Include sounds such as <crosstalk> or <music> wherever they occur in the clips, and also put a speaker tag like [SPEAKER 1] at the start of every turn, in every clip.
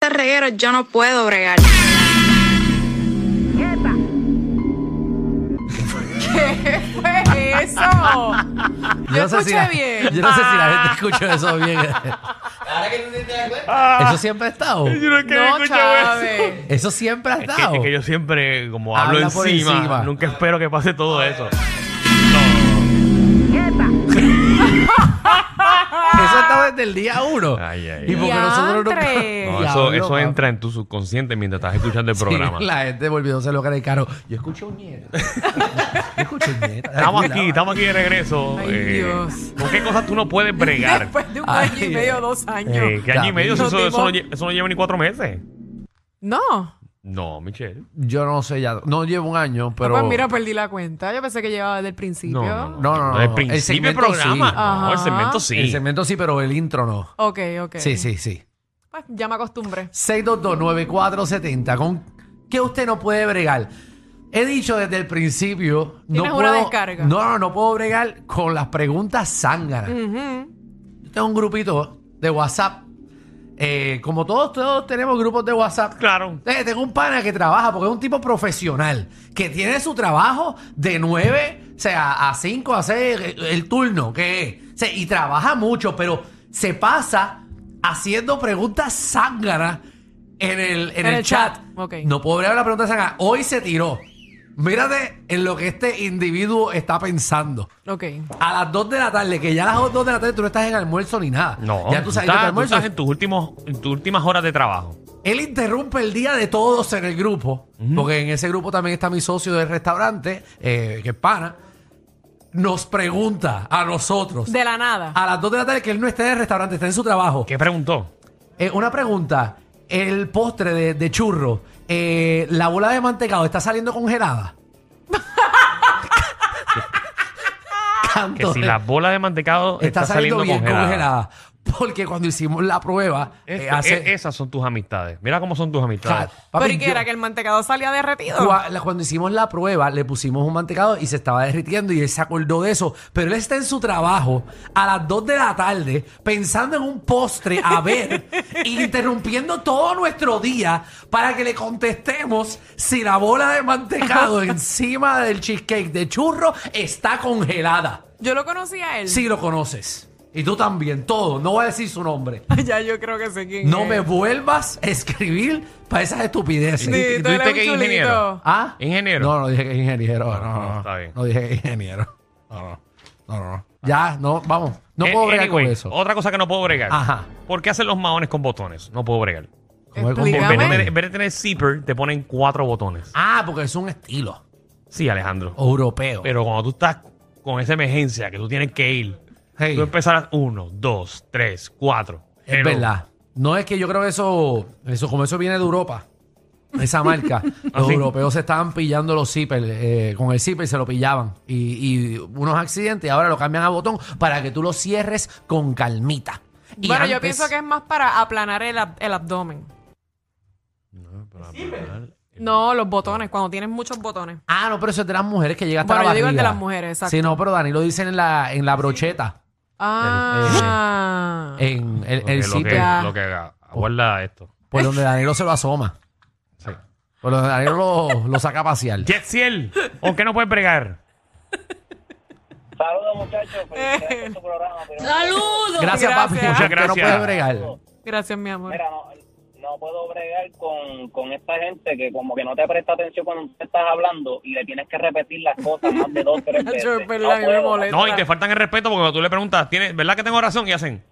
[SPEAKER 1] este reguero yo no puedo bregar.
[SPEAKER 2] fue eso?
[SPEAKER 3] Yo no sé si
[SPEAKER 2] escuché
[SPEAKER 3] la,
[SPEAKER 2] bien.
[SPEAKER 3] Yo no sé si la gente escuchó eso bien. Ah. Eso siempre ha estado.
[SPEAKER 4] Yo nunca había
[SPEAKER 2] No,
[SPEAKER 4] escuchado eso.
[SPEAKER 2] Chávez. <laughs>
[SPEAKER 3] Eso siempre ha
[SPEAKER 4] Es que,
[SPEAKER 3] estado.
[SPEAKER 4] es que yo siempre, como
[SPEAKER 3] Habla
[SPEAKER 4] hablo
[SPEAKER 3] por
[SPEAKER 4] encima,
[SPEAKER 3] encima.
[SPEAKER 4] nunca espero que pase todo eso.
[SPEAKER 3] Eso ha estado desde el día uno.
[SPEAKER 4] Ay, ay,
[SPEAKER 3] y
[SPEAKER 4] ay.
[SPEAKER 3] porque nosotros nunca- <laughs>
[SPEAKER 2] Diantre.
[SPEAKER 4] No,
[SPEAKER 3] Diablo,
[SPEAKER 4] eso, eso
[SPEAKER 3] cabrón.
[SPEAKER 4] entra en tu subconsciente mientras estás escuchando el
[SPEAKER 3] Sí,
[SPEAKER 4] programa.
[SPEAKER 3] la gente volviéndose loca en el carro. Yo escucho un nieto. Yo escucho un nieto.
[SPEAKER 4] Estamos aquí, estamos aquí de regreso. Eh,
[SPEAKER 2] Ay, Dios.
[SPEAKER 4] ¿Con qué cosas tú no puedes bregar?
[SPEAKER 2] Después de un
[SPEAKER 3] Ay,
[SPEAKER 2] año y medio, dos
[SPEAKER 4] Eh,
[SPEAKER 2] años.
[SPEAKER 4] que año y medio,
[SPEAKER 2] No,
[SPEAKER 4] eso, eso,
[SPEAKER 2] tipo-
[SPEAKER 4] no, lle- eso no lleva ni cuatro meses.
[SPEAKER 2] No.
[SPEAKER 4] No, Michelle.
[SPEAKER 3] Yo no sé ya. No llevo un año, pero.
[SPEAKER 2] Pues mira, perdí la cuenta. Yo pensé que llevaba desde el principio.
[SPEAKER 3] No, no, no.
[SPEAKER 4] El
[SPEAKER 3] El
[SPEAKER 4] principio del
[SPEAKER 3] segmento
[SPEAKER 4] programa.
[SPEAKER 3] sí.
[SPEAKER 4] No, el
[SPEAKER 2] Ajá.
[SPEAKER 4] segmento sí.
[SPEAKER 3] El segmento sí, pero el intro no.
[SPEAKER 2] Ok, ok.
[SPEAKER 3] Sí, sí, sí.
[SPEAKER 2] Pues ya me acostumbré.
[SPEAKER 3] 6229470. ¿Con qué usted no puede bregar? He dicho desde el principio. No
[SPEAKER 2] Tienes
[SPEAKER 3] puedo,
[SPEAKER 2] una descarga.
[SPEAKER 3] No, no, no puedo bregar con las preguntas zánganas. Yo tengo un grupito de WhatsApp. eh, como todos, todos tenemos grupos de WhatsApp.
[SPEAKER 4] Claro.
[SPEAKER 3] Eh, tengo un pana que trabaja porque es un tipo profesional que tiene su trabajo de 9 o sea, a 5, a 6, el- el turno que es. O sea, y trabaja mucho, pero se pasa haciendo preguntas zánganas en el, en
[SPEAKER 2] En
[SPEAKER 3] el
[SPEAKER 2] el
[SPEAKER 3] chat.
[SPEAKER 2] chat, ok.
[SPEAKER 3] No puedo ver la pregunta zángana. Hoy se tiró. Mírate en lo que este individuo está pensando.
[SPEAKER 2] Ok.
[SPEAKER 3] A las 2 de la tarde, que ya a las 2 de la tarde tú no estás en almuerzo ni nada.
[SPEAKER 4] No,
[SPEAKER 3] ya tú sabes que tu
[SPEAKER 4] estás, tú
[SPEAKER 3] almuerzo
[SPEAKER 4] estás en, tus últimos, en tus últimas horas de trabajo.
[SPEAKER 3] él interrumpe el día de todos en el grupo, porque en ese grupo también está mi socio del restaurante, eh, que es pana. Nos pregunta a nosotros
[SPEAKER 2] De la nada.
[SPEAKER 3] a las 2 de la tarde que él no esté en el restaurante, está en su trabajo.
[SPEAKER 4] ¿Qué preguntó?
[SPEAKER 3] Eh, una pregunta: el postre de, de churro, eh, la bola de mantecado, ¿está saliendo congelada?
[SPEAKER 4] <laughs> Que
[SPEAKER 3] Canto
[SPEAKER 4] si
[SPEAKER 3] de-
[SPEAKER 4] la bola de mantecado
[SPEAKER 3] está, saliendo, bien congelada.
[SPEAKER 4] congelada.
[SPEAKER 3] Porque cuando hicimos la prueba, eh,
[SPEAKER 4] Esto-
[SPEAKER 3] hace-
[SPEAKER 4] e- esas son tus amistades. Mira cómo son tus amistades.
[SPEAKER 3] Ca- papi,
[SPEAKER 2] Pero ¿y qué
[SPEAKER 3] yo-
[SPEAKER 2] era? ¿Que el mantecado salía derretido?
[SPEAKER 3] Cua- la- Cuando hicimos la prueba, le pusimos un mantecado y se estaba derritiendo y él se acordó de eso. Pero él está en su trabajo a las 2 de la tarde pensando en un postre a ver, y interrumpiendo todo nuestro día para que le contestemos si la bola de mantecado encima del cheesecake de churro está congelada.
[SPEAKER 2] Yo lo conocí a él.
[SPEAKER 3] Si lo conoces. Y tú también, todo. No voy a decir su nombre.
[SPEAKER 2] <laughs> ya yo creo que sé quién
[SPEAKER 3] No
[SPEAKER 2] es.
[SPEAKER 3] me vuelvas a escribir para esas estupideces.
[SPEAKER 2] Sí,
[SPEAKER 4] ¿Y
[SPEAKER 2] tú
[SPEAKER 4] tú
[SPEAKER 2] eres
[SPEAKER 4] dijiste
[SPEAKER 2] un
[SPEAKER 4] que es
[SPEAKER 2] chulito.
[SPEAKER 4] ingeniero?
[SPEAKER 3] ¿Ah?
[SPEAKER 4] ¿Ingeniero?
[SPEAKER 3] No, no dije que ingeniero. No,
[SPEAKER 4] no,
[SPEAKER 3] no, no.
[SPEAKER 4] está bien.
[SPEAKER 3] No dije que ingeniero. No, no. No, no, no. Ya, no, vamos. No
[SPEAKER 4] Eh,
[SPEAKER 3] puedo bregar
[SPEAKER 4] anyway,
[SPEAKER 3] con eso.
[SPEAKER 4] Otra cosa que no puedo bregar.
[SPEAKER 3] Ajá.
[SPEAKER 4] ¿Por qué hacen los maones con botones? No puedo bregar.
[SPEAKER 3] Como es con
[SPEAKER 2] Explícame.
[SPEAKER 4] En vez, de
[SPEAKER 2] Dígame.
[SPEAKER 4] tener, en vez de tener zipper, te ponen cuatro botones.
[SPEAKER 3] Ah, porque es un estilo
[SPEAKER 4] Sí, Alejandro.
[SPEAKER 3] europeo.
[SPEAKER 4] Pero cuando tú estás con esa emergencia que tú tienes que ir,
[SPEAKER 3] Hey,
[SPEAKER 4] tú empezarás uno, dos, tres, cuatro.
[SPEAKER 3] es
[SPEAKER 4] Hello.
[SPEAKER 3] verdad. No es que yo creo que eso, eso, como eso viene de Europa,
[SPEAKER 4] <laughs>
[SPEAKER 3] esa marca,
[SPEAKER 4] ¿Ah,
[SPEAKER 3] los
[SPEAKER 4] sí?
[SPEAKER 3] europeos se estaban pillando los zippers, eh, con el zipper se lo pillaban. Y, y unos accidentes, y ahora lo cambian a botón para que tú lo cierres con calmita. Y
[SPEAKER 2] Bueno, yo
[SPEAKER 3] antes-
[SPEAKER 2] pienso que es más para aplanar el, ab- el abdomen. No, los botones, cuando tienes muchos botones.
[SPEAKER 3] Ah, no, pero eso es de las mujeres que llega hasta
[SPEAKER 2] Bueno,
[SPEAKER 3] la
[SPEAKER 2] yo digo el de
[SPEAKER 3] barriga.
[SPEAKER 2] las mujeres, exacto.
[SPEAKER 3] Sí, no, pero Dani lo dice en la, en la brocheta.
[SPEAKER 2] Ah.
[SPEAKER 3] En el, el
[SPEAKER 4] Lo que- lo,
[SPEAKER 3] zipper.
[SPEAKER 4] que,
[SPEAKER 2] Ya.
[SPEAKER 4] lo que haga. Guarda esto.
[SPEAKER 3] Por donde Danilo se lo asoma.
[SPEAKER 4] Sí.
[SPEAKER 3] Por donde Danilo lo, lo saca a pasear.
[SPEAKER 2] <laughs>
[SPEAKER 4] Jetziel, ¿con qué no puedes bregar?
[SPEAKER 5] Saludos
[SPEAKER 2] <laughs>
[SPEAKER 5] muchachos, felicidades por su programa, pero
[SPEAKER 2] ¡Saludos!
[SPEAKER 3] Gracias, papi.
[SPEAKER 4] Muchas
[SPEAKER 3] que No
[SPEAKER 4] gracias.
[SPEAKER 3] puedes bregar.
[SPEAKER 2] Gracias, mi amor.
[SPEAKER 5] mira, no, no puedo bregar con, con esta gente que como que no te presta atención cuando tú estás hablando y le tienes que repetir las cosas más de dos,
[SPEAKER 2] <laughs>
[SPEAKER 5] tres veces.
[SPEAKER 2] Yo,
[SPEAKER 5] No
[SPEAKER 2] es verdad, a mí me
[SPEAKER 5] puedo.
[SPEAKER 2] molesta.
[SPEAKER 4] No, y te faltan el respeto porque cuando tú le preguntas, ¿tienes, ¿verdad que tengo razón? Y hacen.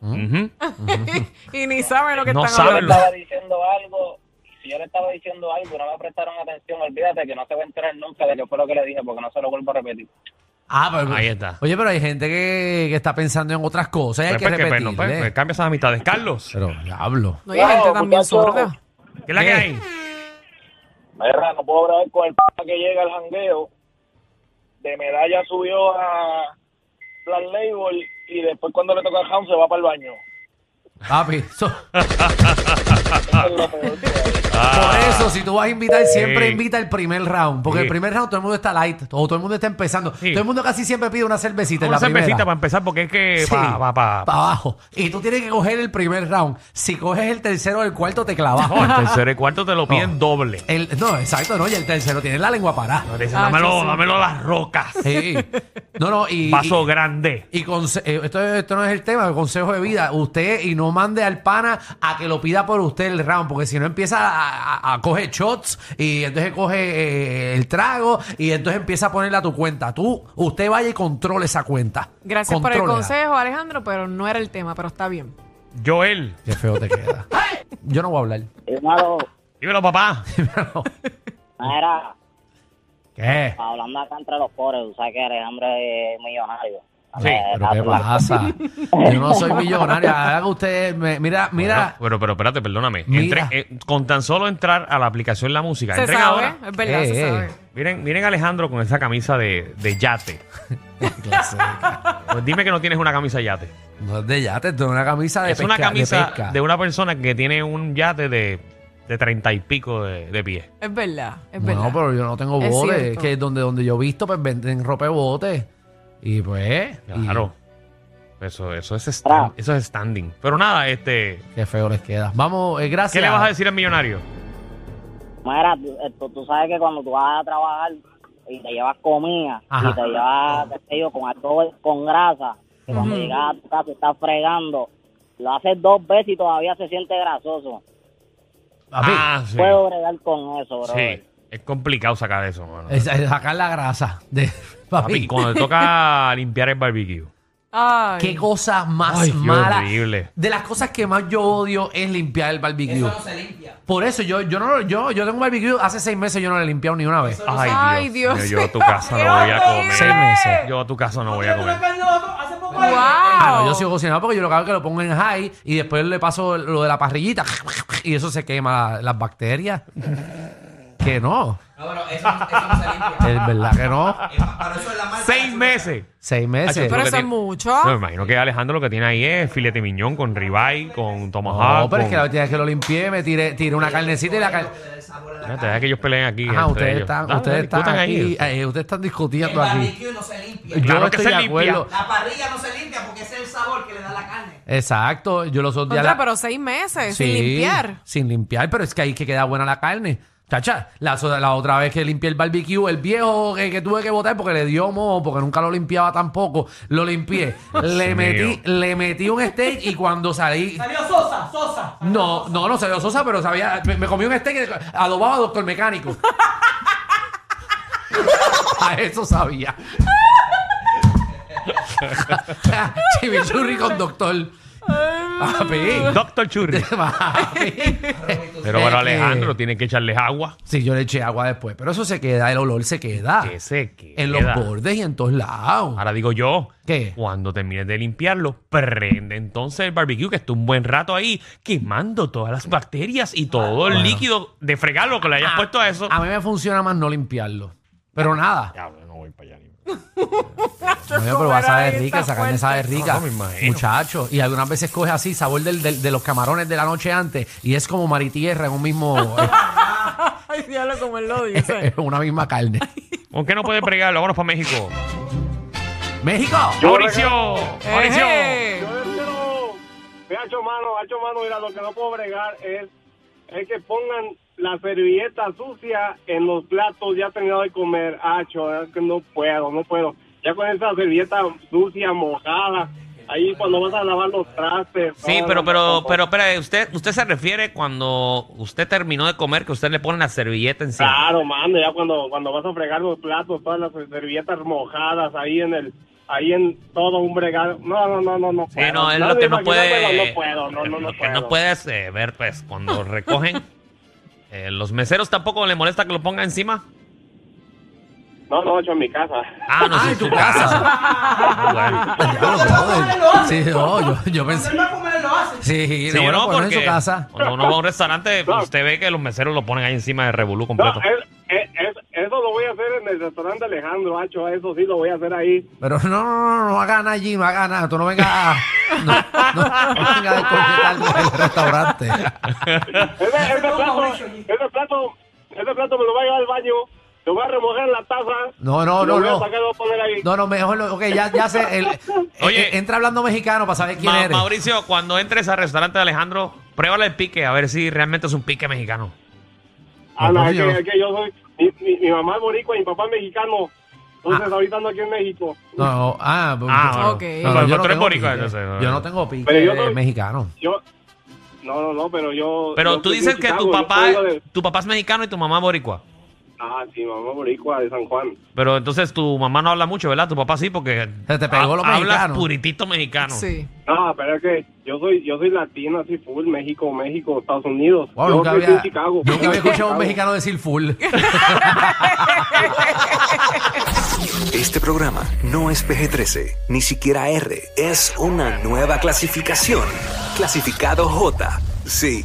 [SPEAKER 3] ¿Mm?
[SPEAKER 4] "Ujú".
[SPEAKER 2] <laughs> y ni saben lo que
[SPEAKER 4] No
[SPEAKER 2] están
[SPEAKER 5] Yo le
[SPEAKER 4] saben.
[SPEAKER 2] hablando.
[SPEAKER 5] estaba diciendo algo, si yo le estaba diciendo algo y no me prestaron atención, olvídate que no se va a enterar nunca de qué fue lo que le dije porque no se lo vuelvo a repetir.
[SPEAKER 3] Ah, pero,
[SPEAKER 4] Ahí está.
[SPEAKER 3] Oye, pero hay gente que, que está pensando en otras cosas. y hay
[SPEAKER 4] Pues, pues,
[SPEAKER 3] que
[SPEAKER 4] que, pues, no,
[SPEAKER 3] repetirle.
[SPEAKER 4] pues, pues, cambia esas amistades. Carlos.
[SPEAKER 3] Pero diablo.
[SPEAKER 2] No, y hay gente
[SPEAKER 5] Wow,
[SPEAKER 2] también
[SPEAKER 5] muchacho.
[SPEAKER 2] sorda.
[SPEAKER 4] ¿Qué es la
[SPEAKER 3] ¿Qué?
[SPEAKER 4] que hay?
[SPEAKER 5] Mira, no puedo bregar con el p que llega al jangueo. De medalla subió a Black Label y después cuando le toca el hound se va para el baño.
[SPEAKER 3] Papi, so-
[SPEAKER 4] Ah.
[SPEAKER 5] Eso es lo peor que hay.
[SPEAKER 3] por eso, si tú vas a invitar, siempre
[SPEAKER 4] Sí.
[SPEAKER 3] invita el primer round. Porque
[SPEAKER 4] Sí.
[SPEAKER 3] el primer round todo el mundo está light. O todo el mundo está empezando.
[SPEAKER 4] Sí.
[SPEAKER 3] Todo el mundo casi siempre pide una cervecita en
[SPEAKER 4] Una
[SPEAKER 3] la
[SPEAKER 4] cervecita
[SPEAKER 3] primera.
[SPEAKER 4] para empezar, porque es que. Pa, pa, pa.
[SPEAKER 3] Pa' abajo. Y tú tienes que coger el primer round. Si coges el tercero o el cuarto, te
[SPEAKER 4] <laughs>
[SPEAKER 3] clavas.
[SPEAKER 4] No, el
[SPEAKER 3] <laughs>
[SPEAKER 4] tercero y cuarto te lo piden
[SPEAKER 3] No.
[SPEAKER 4] doble.
[SPEAKER 3] El- no, exacto, no. Y el tercero tiene la lengua parada.
[SPEAKER 4] Te dicen,
[SPEAKER 2] Ah,
[SPEAKER 4] dámelo,
[SPEAKER 2] sí, sí.
[SPEAKER 4] dámelo a las rocas.
[SPEAKER 3] Sí. No, no, y.
[SPEAKER 4] Vaso
[SPEAKER 3] y-
[SPEAKER 4] grande.
[SPEAKER 3] y conse- eh, esto, esto no es el tema, el consejo de vida. Usted y no mande al pana a que lo pida por usted el round, porque si no empieza a, a- a coger shots y entonces coge eh, el trago y entonces empieza a ponerla a tu cuenta. Tú, usted vaya y controle esa cuenta.
[SPEAKER 2] Gracias por el
[SPEAKER 3] Contrólela.
[SPEAKER 2] consejo, Alejandro, pero no era el tema, pero está bien.
[SPEAKER 4] Joel,
[SPEAKER 3] Qué feo te
[SPEAKER 2] <laughs>
[SPEAKER 3] queda. Yo no voy a hablar.
[SPEAKER 6] <laughs>
[SPEAKER 5] Hermano,
[SPEAKER 4] dímelo, papá.
[SPEAKER 6] Mira,
[SPEAKER 3] ¿Qué?
[SPEAKER 6] hablando acá entre los pobres, tú sabes que Alejandro es millonario.
[SPEAKER 4] Sí,
[SPEAKER 6] Eh,
[SPEAKER 3] ¿Pero qué pasa? Yo no soy millonario. Haga usted. me- mira, mira.
[SPEAKER 4] Bueno, pero, pero espérate, perdóname.
[SPEAKER 3] Mira.
[SPEAKER 4] Entre- eh, con tan solo entrar a la aplicación La Música,
[SPEAKER 2] Se
[SPEAKER 4] entren
[SPEAKER 2] sabe,
[SPEAKER 4] ahora.
[SPEAKER 2] es verdad,
[SPEAKER 3] Ey,
[SPEAKER 2] se
[SPEAKER 3] ey.
[SPEAKER 2] sabe.
[SPEAKER 4] Miren, miren a Alejandro con esa camisa de, de yate. Pues dime que no tienes una camisa de yate.
[SPEAKER 3] <laughs> No es de yate, esto es una camisa Ah, de
[SPEAKER 4] es una
[SPEAKER 3] pesca-
[SPEAKER 4] camisa de,
[SPEAKER 3] pesca.
[SPEAKER 4] una persona que tiene un yate de de treinta y pico de, de pie.
[SPEAKER 2] Es verdad, es
[SPEAKER 3] No,
[SPEAKER 2] verdad.
[SPEAKER 3] pero yo no tengo
[SPEAKER 2] Es
[SPEAKER 3] botes. Es
[SPEAKER 2] cierto.
[SPEAKER 3] que donde, donde yo visto, pues venden ropa de bote. Y pues. y
[SPEAKER 4] Claro. Eso, eso, es stand- eso es standing. Pero nada, este.
[SPEAKER 3] qué feo les queda. Vamos, eh, gracias.
[SPEAKER 4] ¿Qué le vas a decir al millonario?
[SPEAKER 6] Mira, tú, eh, tú- tú sabes que cuando tú vas a trabajar y te llevas comida
[SPEAKER 3] Ajá.
[SPEAKER 6] y te llevas, qué sé yo, con algo con grasa, que cuando llegas a tu casa estás fregando, lo haces dos veces y todavía se siente grasoso.
[SPEAKER 3] Papi,
[SPEAKER 4] Ah, sí.
[SPEAKER 6] Puedo bregar con eso, bro.
[SPEAKER 4] Sí. Es complicado sacar eso, mano.
[SPEAKER 3] es- es sacar la grasa de. <laughs>
[SPEAKER 4] Papi,
[SPEAKER 3] Papi,
[SPEAKER 4] cuando te
[SPEAKER 3] <laughs>
[SPEAKER 4] toca limpiar el barbecue.
[SPEAKER 2] Ay,
[SPEAKER 3] qué cosa más
[SPEAKER 4] Ay, qué
[SPEAKER 3] mala.
[SPEAKER 4] horrible.
[SPEAKER 3] De las cosas que más yo odio es limpiar el barbecue. Eso no se limpia. Por eso yo, yo no lo- yo, yo tengo un barbecue hace seis meses yo no lo he limpiado ni una vez.
[SPEAKER 4] Ay,
[SPEAKER 2] Ay,
[SPEAKER 4] Dios.
[SPEAKER 2] Dios
[SPEAKER 4] mío, yo a tu
[SPEAKER 2] mío.
[SPEAKER 4] casa no voy a comer.
[SPEAKER 3] Seis meses.
[SPEAKER 4] Yo a tu casa no voy a comer.
[SPEAKER 2] wow.
[SPEAKER 3] Ah, no, yo sigo cocinando porque yo lo que hago es que lo pongo en high y después le paso lo de la parrillita y eso se quema las bacterias. que no. <laughs> Es verdad que no.
[SPEAKER 4] Seis meses.
[SPEAKER 3] Seis meses.
[SPEAKER 2] Pero
[SPEAKER 4] Porque
[SPEAKER 2] eso es
[SPEAKER 4] tiene-
[SPEAKER 3] ¿Ah?
[SPEAKER 2] mucho.
[SPEAKER 4] No, me imagino que Alejandro lo que tiene ahí es filete miñón con ribeye, con tomahawk.
[SPEAKER 3] No, pero es que la
[SPEAKER 4] con-
[SPEAKER 3] última vez que lo limpié, me tiré, tiré una carnecita y la carne.
[SPEAKER 4] Espérate, deja que ellos peleen aquí.
[SPEAKER 3] Ah,
[SPEAKER 4] entre
[SPEAKER 3] ustedes
[SPEAKER 4] ellos.
[SPEAKER 3] están,
[SPEAKER 4] Dale,
[SPEAKER 3] ustedes están
[SPEAKER 4] discutan ahí.
[SPEAKER 3] aquí, eh, ustedes están discutiendo aquí.
[SPEAKER 7] barbecue no se limpia.
[SPEAKER 3] Yo
[SPEAKER 4] Claro que
[SPEAKER 3] estoy
[SPEAKER 4] se
[SPEAKER 3] de acuerdo.
[SPEAKER 7] La parrilla no se limpia porque ese es el sabor que le da la carne.
[SPEAKER 3] Exacto, yo los otros días
[SPEAKER 2] Contra,
[SPEAKER 3] la-
[SPEAKER 2] pero seis meses
[SPEAKER 3] Sí,
[SPEAKER 2] sin limpiar.
[SPEAKER 3] Sin limpiar, pero es que ahí que queda buena la carne. Chacha, la, so- la otra vez que limpié el barbecue, el viejo que, que tuve que botar porque le dio moho, porque nunca lo limpiaba tampoco, lo limpié. le
[SPEAKER 4] <laughs> Dios
[SPEAKER 3] metí,
[SPEAKER 4] mío.
[SPEAKER 3] le metí un steak y cuando salí.
[SPEAKER 7] Salió Sosa, Sosa.
[SPEAKER 3] No, no, no salió sosa, pero sabía. Me, me comí un steak adobado a doctor mecánico. <laughs> a eso sabía. <laughs> Chimichurri con doctor. Papi.
[SPEAKER 4] Doctor
[SPEAKER 3] <laughs>
[SPEAKER 4] Churri.
[SPEAKER 3] Papi.
[SPEAKER 4] Pero,
[SPEAKER 3] Es
[SPEAKER 4] pero
[SPEAKER 3] que-
[SPEAKER 4] Alejandro tiene que echarles agua.
[SPEAKER 3] Sí, yo le eché agua después, pero eso se queda, el olor se queda.
[SPEAKER 4] Que se queda.
[SPEAKER 3] Ah, En los bordes y en todos lados.
[SPEAKER 4] Ahora digo yo,
[SPEAKER 3] ¿Qué?
[SPEAKER 4] cuando termines de limpiarlo, prende entonces el barbecue que estuvo un buen rato ahí quemando todas las bacterias y todo el líquido de fregarlo que le
[SPEAKER 3] Ah,
[SPEAKER 4] hayas puesto a eso.
[SPEAKER 3] A mí me funciona más no limpiarlo. Pero nada.
[SPEAKER 4] Ya, no voy para allá. ni-
[SPEAKER 3] No, pero va a
[SPEAKER 2] Pero ahí
[SPEAKER 3] saber rica,
[SPEAKER 2] está
[SPEAKER 3] esa
[SPEAKER 2] fuerte.
[SPEAKER 3] carne sabe rica.
[SPEAKER 4] No, me imagino.
[SPEAKER 3] Muchachos. Y algunas veces coge así sabor del- del- de los camarones de la noche antes y es como mar y tierra en un <laughs> mismo,
[SPEAKER 2] Ay, diablo, como él lo dice.
[SPEAKER 3] en una misma carne.
[SPEAKER 4] ¿Con qué no puedes fregarlo? Vámonos para México.
[SPEAKER 3] ¡México!
[SPEAKER 4] Ah. Mauricio.
[SPEAKER 3] eh,
[SPEAKER 4] Mauricio.
[SPEAKER 2] Ejé.
[SPEAKER 8] Yo quiero, mira, hecho mano, hecho mano, mira, lo que no puedo bregar es, es que pongan la servilleta sucia en los platos ya terminado de comer. Hacho, es que no puedo, no puedo. Ya con esa servilleta sucia, mojada, ahí cuando vas a lavar los trastes.
[SPEAKER 4] Sí,
[SPEAKER 8] no,
[SPEAKER 4] pero,
[SPEAKER 8] no,
[SPEAKER 4] pero,
[SPEAKER 8] no,
[SPEAKER 4] pero, espera, usted, usted se refiere cuando usted terminó de comer que usted le pone la servilleta encima.
[SPEAKER 8] Claro, mano, ya cuando, cuando vas a fregar los platos, todas las servilletas mojadas ahí en el... Ahí en todo un bregado. No, no, no, no, no.
[SPEAKER 4] Sí,
[SPEAKER 8] puedo.
[SPEAKER 4] no, es lo
[SPEAKER 8] ni
[SPEAKER 4] que no puede.
[SPEAKER 8] imaginármelo, No puedo, no, no, no
[SPEAKER 4] lo que no
[SPEAKER 8] puedo.
[SPEAKER 4] puedes eh, ver, pues,
[SPEAKER 8] <laughs>
[SPEAKER 4] cuando recogen. eh, los meseros tampoco le molesta que lo ponga encima.
[SPEAKER 8] No, no, hecho en mi casa.
[SPEAKER 4] Ah, no,
[SPEAKER 3] Ah,
[SPEAKER 4] sí,
[SPEAKER 3] en tu
[SPEAKER 4] <laughs>
[SPEAKER 3] casa.
[SPEAKER 4] Bueno.
[SPEAKER 3] Diablo, brother.
[SPEAKER 7] lo hace.
[SPEAKER 3] Sí, no, yo, yo pensé.
[SPEAKER 7] Él va a comer, lo hace.
[SPEAKER 3] Sí,
[SPEAKER 4] Sí,
[SPEAKER 3] no, bueno,
[SPEAKER 4] no,
[SPEAKER 3] por en
[SPEAKER 4] porque
[SPEAKER 3] su casa.
[SPEAKER 4] cuando uno va a un restaurante, pues, usted ve que los meseros lo ponen ahí encima de revolú
[SPEAKER 8] No,
[SPEAKER 4] completo.
[SPEAKER 8] es- es- es- eso lo voy a hacer en el restaurante Alejandro, Hacho. Eso sí lo voy a hacer ahí.
[SPEAKER 3] Pero no, no, no, no haga nada, Jim, haga nada. Tú no vengas a. No, no, no vengas a desconectar del restaurante.
[SPEAKER 8] Ese, ese
[SPEAKER 7] todo,
[SPEAKER 8] plato,
[SPEAKER 7] Mauricio, allí.
[SPEAKER 8] ese, plato, ese plato me lo voy a llevar al baño. Lo voy a remojar en la taza.
[SPEAKER 3] No, no,
[SPEAKER 8] y lo
[SPEAKER 3] no,
[SPEAKER 8] voy a
[SPEAKER 3] no.
[SPEAKER 8] sacar y lo voy a poner ahí.
[SPEAKER 3] No, no, mejor. Lo, ok, ya, ya sé. el-
[SPEAKER 4] Oye.
[SPEAKER 3] eh, entra hablando mexicano para saber quién
[SPEAKER 4] Ma-
[SPEAKER 3] eres.
[SPEAKER 4] Mauricio, cuando entres al restaurante de Alejandro, pruébale el pique, a ver si realmente es un pique mexicano.
[SPEAKER 8] Ah,
[SPEAKER 3] Pues, No,
[SPEAKER 8] no,
[SPEAKER 3] por
[SPEAKER 8] es que,
[SPEAKER 3] Dios.
[SPEAKER 8] es que yo soy. Mi, mi- mi mamá es boricua y mi papá es mexicano. Entonces, ahorita ando aquí en México.
[SPEAKER 3] No, no, ah, pues-
[SPEAKER 4] Ah,
[SPEAKER 2] bueno.
[SPEAKER 3] no,
[SPEAKER 2] Ok.
[SPEAKER 3] no,
[SPEAKER 4] Pero
[SPEAKER 3] yo,
[SPEAKER 4] tú
[SPEAKER 3] no
[SPEAKER 4] eres
[SPEAKER 3] tengo
[SPEAKER 4] boricua,
[SPEAKER 3] pique.
[SPEAKER 4] entonces, no,
[SPEAKER 3] yo
[SPEAKER 4] no.
[SPEAKER 3] no tengo pique
[SPEAKER 8] Pero yo no-
[SPEAKER 3] mexicano.
[SPEAKER 8] Yo. No, no, no, pero yo.
[SPEAKER 4] Pero
[SPEAKER 8] yo
[SPEAKER 4] tú
[SPEAKER 8] soy de
[SPEAKER 4] dices que
[SPEAKER 8] Chicago,
[SPEAKER 4] tu
[SPEAKER 8] yo
[SPEAKER 4] papá,
[SPEAKER 8] vengo de-
[SPEAKER 4] tu papá es mexicano y tu mamá boricua.
[SPEAKER 8] Ah, sí, mi mamá es boricua de San Juan.
[SPEAKER 4] Pero entonces tu mamá no habla mucho, ¿verdad? Tu papá sí, porque
[SPEAKER 3] Se te pegó lo
[SPEAKER 4] hablas
[SPEAKER 3] mexicano.
[SPEAKER 4] puritito mexicano.
[SPEAKER 2] Sí.
[SPEAKER 8] No, pero es que yo soy, yo soy latino, así full, México, México, Estados Unidos.
[SPEAKER 3] Wow,
[SPEAKER 8] yo
[SPEAKER 3] nunca
[SPEAKER 8] soy de
[SPEAKER 3] había,
[SPEAKER 8] Chicago.
[SPEAKER 3] nunca había escuchado a un
[SPEAKER 8] Chicago.
[SPEAKER 3] mexicano decir full.
[SPEAKER 9] Este programa no es PG-13, ni siquiera R. Es una nueva clasificación. Clasificado J. Sí.